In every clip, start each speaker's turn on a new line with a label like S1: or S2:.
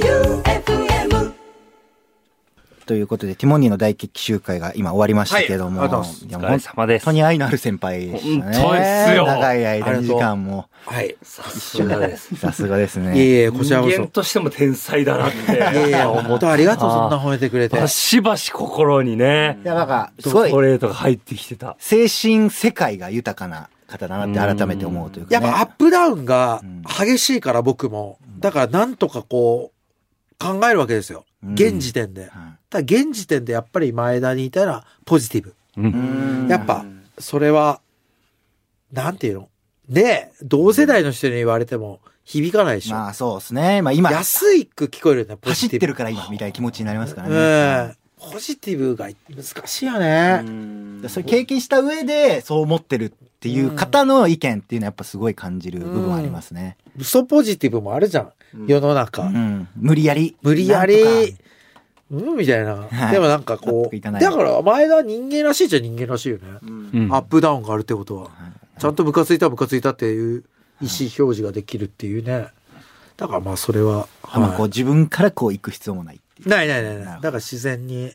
S1: J-O-E-U-F-M
S2: ということで、ティモンディの大決起集会が今終わりましたけども、
S3: はいありがとうございます
S2: いや
S4: お
S2: もう
S4: 疲れ様です。
S2: 本当に愛のある先輩でしたね。
S4: 本当ですよ
S2: 長い間の時間も。
S3: はい。
S4: さすがです。
S2: さすがです
S3: いえ
S2: ね。
S3: いえ、こちらこそ。
S4: 人間としても天才だなっ
S3: いやい
S4: て。
S3: や、 本当ありがとう、そんな褒めてくれて。
S4: バシバシ心にね
S2: い、や、なんか、す
S4: チ
S2: ごい
S4: ョ、コレートが入ってきてた。
S2: 精神世界が豊かな方だなって改めて思うという
S3: や
S2: か、
S3: っ
S2: ね。
S3: ぱアップダウンが激しいから、僕も。だから、なんとかこう、考えるわけですよ。
S2: うん
S3: 現時点で。
S2: は
S3: ただ、現時点でやっぱり前田にいたら、ポジティブ。
S4: うん
S2: いうん
S3: やっぱ、それは、なんていうのねえ同世代の人に言われても響かないでしょ。
S2: まあそうですね。まあ今、
S3: 安いく聞こえるよね、ポ
S2: 走
S3: ジ
S2: っ
S3: ティ
S2: て
S3: ブ。
S2: るから今、みたいな気持ちになりますから
S3: うん
S2: ね。。
S3: ポジティブが難しいよね。
S2: でそれ経験した上で、そう思ってるっていう方の意見っていうのはやっぱすごい感じる部分はありますね。
S3: 嘘ポジティブもあるじゃん。世の中。
S2: うん。無理やり。
S3: 無理や
S2: なんと
S3: り
S2: か。、
S3: うん、みたいな。
S2: はい
S3: でもなんかこ
S2: 納得
S3: う、
S2: いかな
S3: だ
S2: い
S3: から前田は人間らしいじゃ人間らしいよね。
S4: うん
S3: アップダウンがあるってことは。ちゃんとムカついたムカついたっていう意思表示ができるっていうね。だからまあそれは。
S2: あまあこう
S3: は
S2: 自分からこう行く必要もないっていう。
S3: い、ないないない
S2: なる
S3: ない。だ
S2: ほど
S3: から自然に。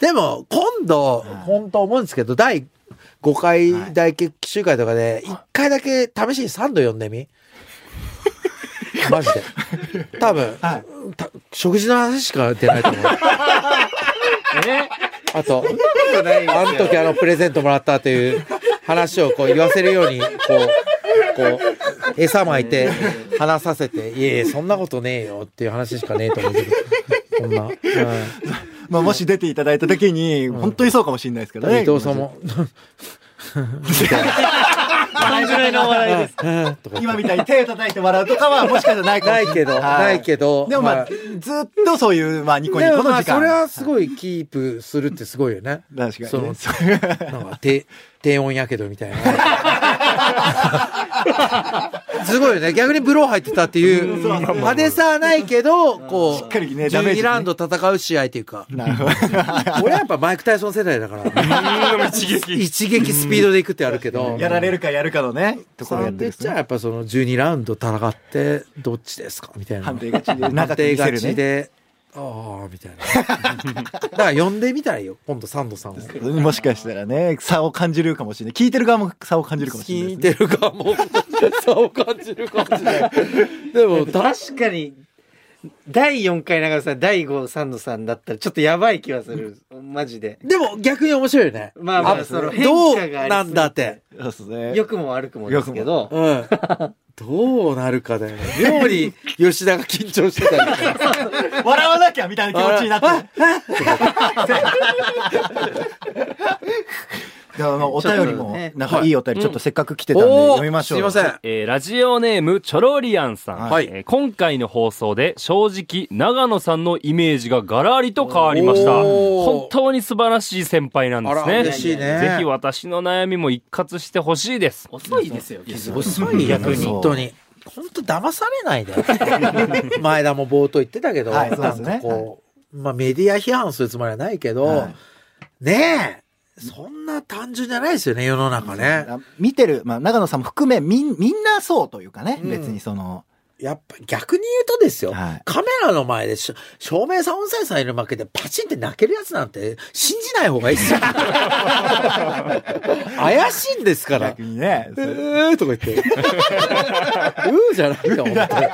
S3: でも今度
S2: はい、
S3: 本当思うんですけど、第5
S2: は
S3: 回
S2: い
S3: 大決起集会とかで、1回だけ試しに3度呼ん でみマジで。多分、
S2: はい。
S3: た食事の話しか出な いと思う。あと、あの時あのプレゼントもらったという話をこう言わせるように、こう、こう、餌巻いて話させて、いえいえ、そんなことねえよっていう話しかねえと思うけど、こんな。うん
S2: まあもし出ていただいた時に、本当にそうかもしれないですけどね。
S3: 伊藤さんも、
S4: そんぐらいのお笑いです。
S3: うんとか
S2: 今みたいに手を叩いて笑うとかはもしかしたらないかも
S3: な
S2: しれ
S3: いけど、
S2: はい
S3: ないけど。
S2: でもまあ、
S3: はい
S2: ずっとそういう、まあ、ニコニ
S3: で
S2: コ
S3: も
S2: の
S3: まあ
S2: 時間。
S3: それはすごいキープするってすごいよね。
S2: 確か
S3: そ
S2: に
S3: の
S2: ね。
S3: なんか低、低温やけどみたいな。すごいよね。逆にブロー入ってたっていう、派手さはないけど、こう、
S2: しっかりねダメージ
S3: 12
S2: ね
S3: ラウンド戦う試合とい うか。
S2: なるほど。
S3: 俺はやっぱマイク・タイソン世代 だから、
S4: 一撃。
S3: 一撃スピードでいくってあるけど、
S2: やられるかやるかのね、ところや
S3: サ
S2: っ
S3: ン
S2: て
S3: デ
S2: るんで
S3: ッ
S2: す
S3: チ
S2: ね
S3: はやっぱその12ラウンド戦って、どっちですかみたいな。
S2: 判定勝ちで、
S3: 判
S2: 長く
S3: 定
S2: 見せ
S3: 勝
S2: る
S3: ち
S2: ね。
S3: で、ああ、みたいな。だから呼んでみたらいいよ、今度サンドさんを。
S2: もしかしたらね、差を感じるかもしれない。聞いてる側も差を感じるかもしれない
S3: 聞
S2: で
S3: い
S2: すね。
S3: てるかも。そう感じるかもしれない。でも、た
S5: 確かに、第4回長野さん、第5サンドさんだったら、ちょっとやばい気はする。マジで。
S3: でも逆に面白いよね。
S5: まあまあ
S3: あ
S5: その
S3: どう
S5: 変化があり
S3: なんだって。
S2: そうですね。
S5: 良くも悪くもですけど。
S3: うん。どうなるかだよね。妙に吉田が緊張してたりとか。
S2: 笑わなきゃみたいな気持ちになって。 であの、お便りも、なんかいいお便り、ちょっとせっかく来てたんで、
S3: ー
S2: 読みましょう。
S3: すいません。。あ
S4: えーラジオネーム、チョロリアンさん。
S3: はい
S4: えー今回の放送で、正直、長野さんのイメージがガラリと変わりました。
S3: おー
S4: 本当に素晴らしい先輩なんで
S3: ら、
S4: すね。
S3: 嬉しいね。
S4: ぜひ私の悩みも一括してほしいです。
S5: 遅いですよ、結構。
S3: 遅いよ、
S2: 逆に
S3: 本当に。本当騙されないで。 前田も冒頭言ってたけど、
S2: はいそうで
S3: なん
S2: すね
S3: かこう、まあメディア批判するつもりはないけど、
S2: はい
S3: ねえ、そんな単純じゃないですよね、世の中ね。
S2: 見てる、まあ、長野さんも含め、みん、みんなそうというかね、
S3: うん
S2: 別にその、
S3: やっぱ逆に言うとですよ、
S2: はい
S3: カメラの前でしょ照明さん、音声さんいる負けでパチンって泣けるやつなんて信じない方がいい っすよ。怪しいんですから。
S2: 逆にね、
S3: えーとか言って。うーじゃないよ、本当に。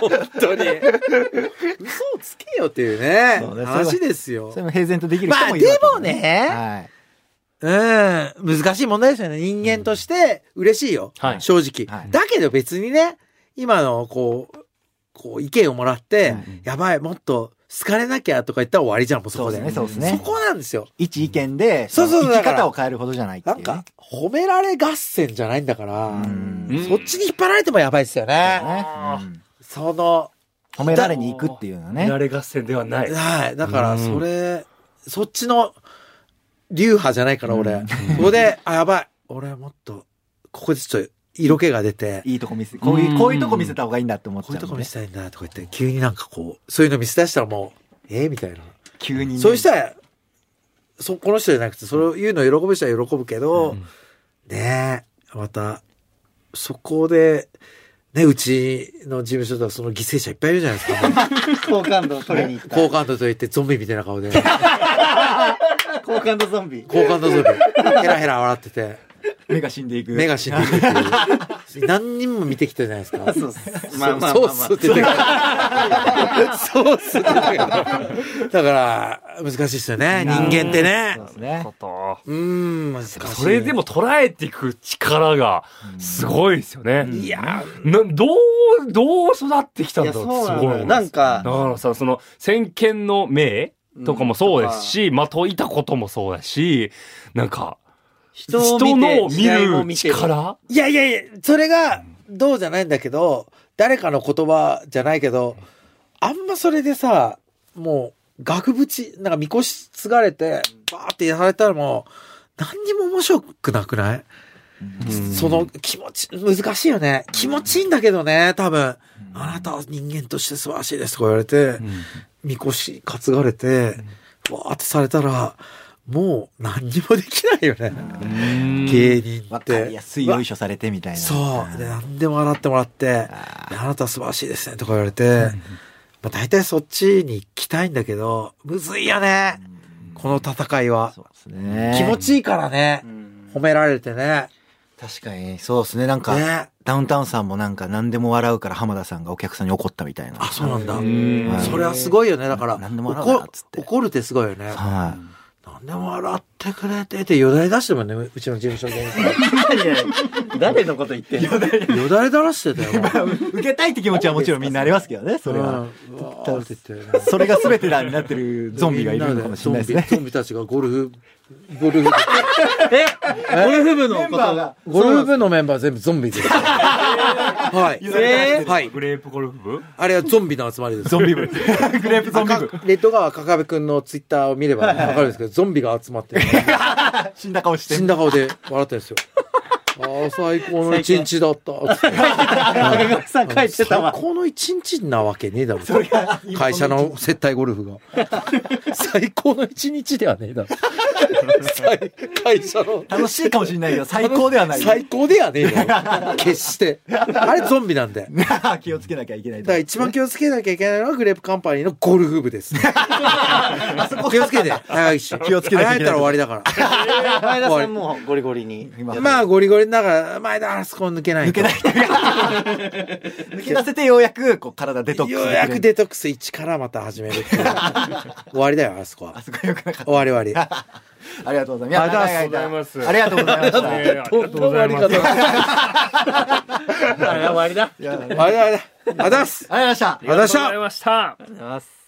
S3: 本当に。嘘をつけよっていうね
S2: そう。ね
S3: 話ですよ
S2: それ。も平然とできる
S3: ま
S2: 人
S3: あ
S2: もい
S3: で
S2: るわけ
S3: もね、
S2: はい。
S3: うん、難しい問題ですよね。人間として嬉しいよ。
S4: はい
S3: 正直、
S2: はい
S3: だけど別にね、今のこう、こう意見をもらって、
S2: はい
S3: やばい、もっと好かれなきゃとか言ったら終わりじゃん、もうそ
S2: そ
S3: こ
S2: うで
S3: で。
S2: すね、そうですね
S3: そ。こなんですよ。
S2: 一意見で、
S3: そうそう
S2: の
S3: だ
S2: 生き
S3: から
S2: 方を変えるほどじゃないってい
S3: な
S2: う、
S3: ん
S2: ね。
S3: か、褒められ合戦じゃないんだから、
S2: うん、
S4: うん
S3: そっちに引っ張られてもやばいですよね。
S2: ねうん
S3: その、
S2: 褒められに行くっていうのはね
S4: 見。られ合戦では ない。
S3: はい。だから、
S4: うん
S3: それ、そっちの流派じゃないから、俺。そこで、あ、やばい。俺もっと、ここでちょっと色気が出て、
S2: いいとこ見せ、こういうう、
S4: ん
S2: こういうとこ見せた方がいいんだって思っ
S3: こう
S2: ち
S3: い
S2: ゃう
S3: うとこ
S2: の
S3: 見
S2: ね。
S3: せたいんだとか言って、急になんかこう、そういうの見せ出したらもう、えーみたいな。
S2: 急にね。
S3: そうしたら、そ、この人じゃなくて、そういうの喜ぶ人は喜ぶけど、ねえ、また、そこで、ね、うちの事務所ではその犠牲者いっぱいいるじゃないですか。
S5: 好感度を取りに行った。
S3: 好感度と言ってゾンビみたいな顔で、
S5: 好感度ゾンビ。
S3: 好感度ゾンビ、 ヘラヘラ笑ってて、
S2: 目が死んでいく。
S3: 目が死んでいくっ ていう。何人も見てきたじゃないですか。
S5: そうっす。まあまあまあ、ま
S3: そう
S5: あ。
S3: っすって言ってたから。そうっすって言ってたから。だから、難しいですよね。人間ってね
S2: そう。ですね。
S4: こと
S3: うーん、難しい。
S4: それでも捉えていく力がすごいですよね。いやなどう、どう育ってきたん
S5: い
S4: だ
S5: や、
S4: ろうって
S5: そう
S4: す
S5: な
S4: ごい
S5: の
S4: 思い
S5: よ。
S4: ま
S5: な
S4: す
S5: んか、
S4: だからさ、その、先見の明とかもそうですし、まといたこともそうだし、なんか、
S5: 人
S4: 人
S5: を見て
S4: のを見
S5: 時代も
S4: る
S5: 見てる
S4: 力
S3: いやいやいや、それが、どうじゃないんだけど、誰かの言葉じゃないけど、あんまそれでさ、もう、額縁、なんか、みこし継がれて、バーってやられたらもう、何にも面白くなくない、その気持ち、難しいよね。気持ちいいんだけどね、多分。あなたは人間として素晴らしいですとか言われて、みこし担がれて、わーってされたら、もう何にもできないよね。芸人って。
S2: わかりやすいよいしょされてみたいな。
S3: そう。で、何でも洗ってもらって、あなたは素晴らしいですね、とか言われて、まあ大体そっちに行きたいんだけど、むずいよね。この戦いは
S2: そ。うですね。
S3: 気持ちいいからね。褒められてね。
S2: 確かに、そうですね。なんか、
S3: ね。
S2: ダウンタウンさんもなんか何でも笑うから浜田さんがお客さんに怒ったみたいな。
S3: あ、そうなんだ。
S2: ん
S3: それはすごいよね。だから、
S2: 何でも笑うな
S3: 怒
S2: っつって
S3: 怒るってすごいよね。
S2: は
S3: 何でも笑ってくれてって、よだれ出してるもんね、ううちの事務所で。
S5: いやいや誰のこと言ってんの
S3: よだれだらして たよ。
S2: い。受けたいって気持ちはもちろんみんなありますけどね、それは。
S3: うんうわーって言って。
S2: それが全てだになってる ゾンビがいるのかもしれないですね。
S3: ゾンビゾンビたちがゴルフ、ゴルフ、
S5: えゴルフ部のことが。
S3: ゴルフ部のメンバー全部ゾンビ です。はい。
S5: えー
S3: はい。
S4: グレープゴルフ部
S3: あれはゾンビの集まりです。
S2: ゾンビ部。グレープゾンビ部。
S3: 赤レッド川赤壁くんのツイッターを見ればねわかるんですけど、ゾンビが集まって、
S2: 死んだ顔して。
S3: 死んだ顔で笑ってるん ですよ。ああ、最高の一日だった。
S5: 赤川さん帰ってた
S3: 最
S5: わ。
S3: 高の一日なわけねえだろ。会社の接待ゴルフが。最高の一日ではねえだろ。最会社の。
S2: 楽しいかもしれないけど、最高ではない。
S3: 最高ではねえよ。決して。あれゾンビなんで。
S2: 気をつけなきゃいけない
S3: だから一番気をつけなきゃいけないのはグレープカンパニーのゴルフ部です。気をつけて。早いし。
S2: 気をつけなきゃいけない
S3: 早ったら終わりだか
S5: 前田さんもゴリゴリに。
S3: ら。まあゴリゴリだから、前だ、あそこ抜けない。
S2: 抜けない。 抜け出せてようやく、こう、体デトックス
S3: よ
S2: でき
S3: う
S2: る。
S3: やくデトックス1からまた始めるっていう終わりだよ、あそこは
S2: あ。そこはよくなかっ
S3: 終わり終わ
S2: た。ありがとうございます。
S4: ありがとうございます
S2: ありがとうございました。
S4: えーありがとうございます。
S5: 終わりだ。
S2: いやありがとう
S3: り。あれだ、あれだ。あざっす。
S2: ございました。
S4: ありがとうございました。
S5: ありがとうございます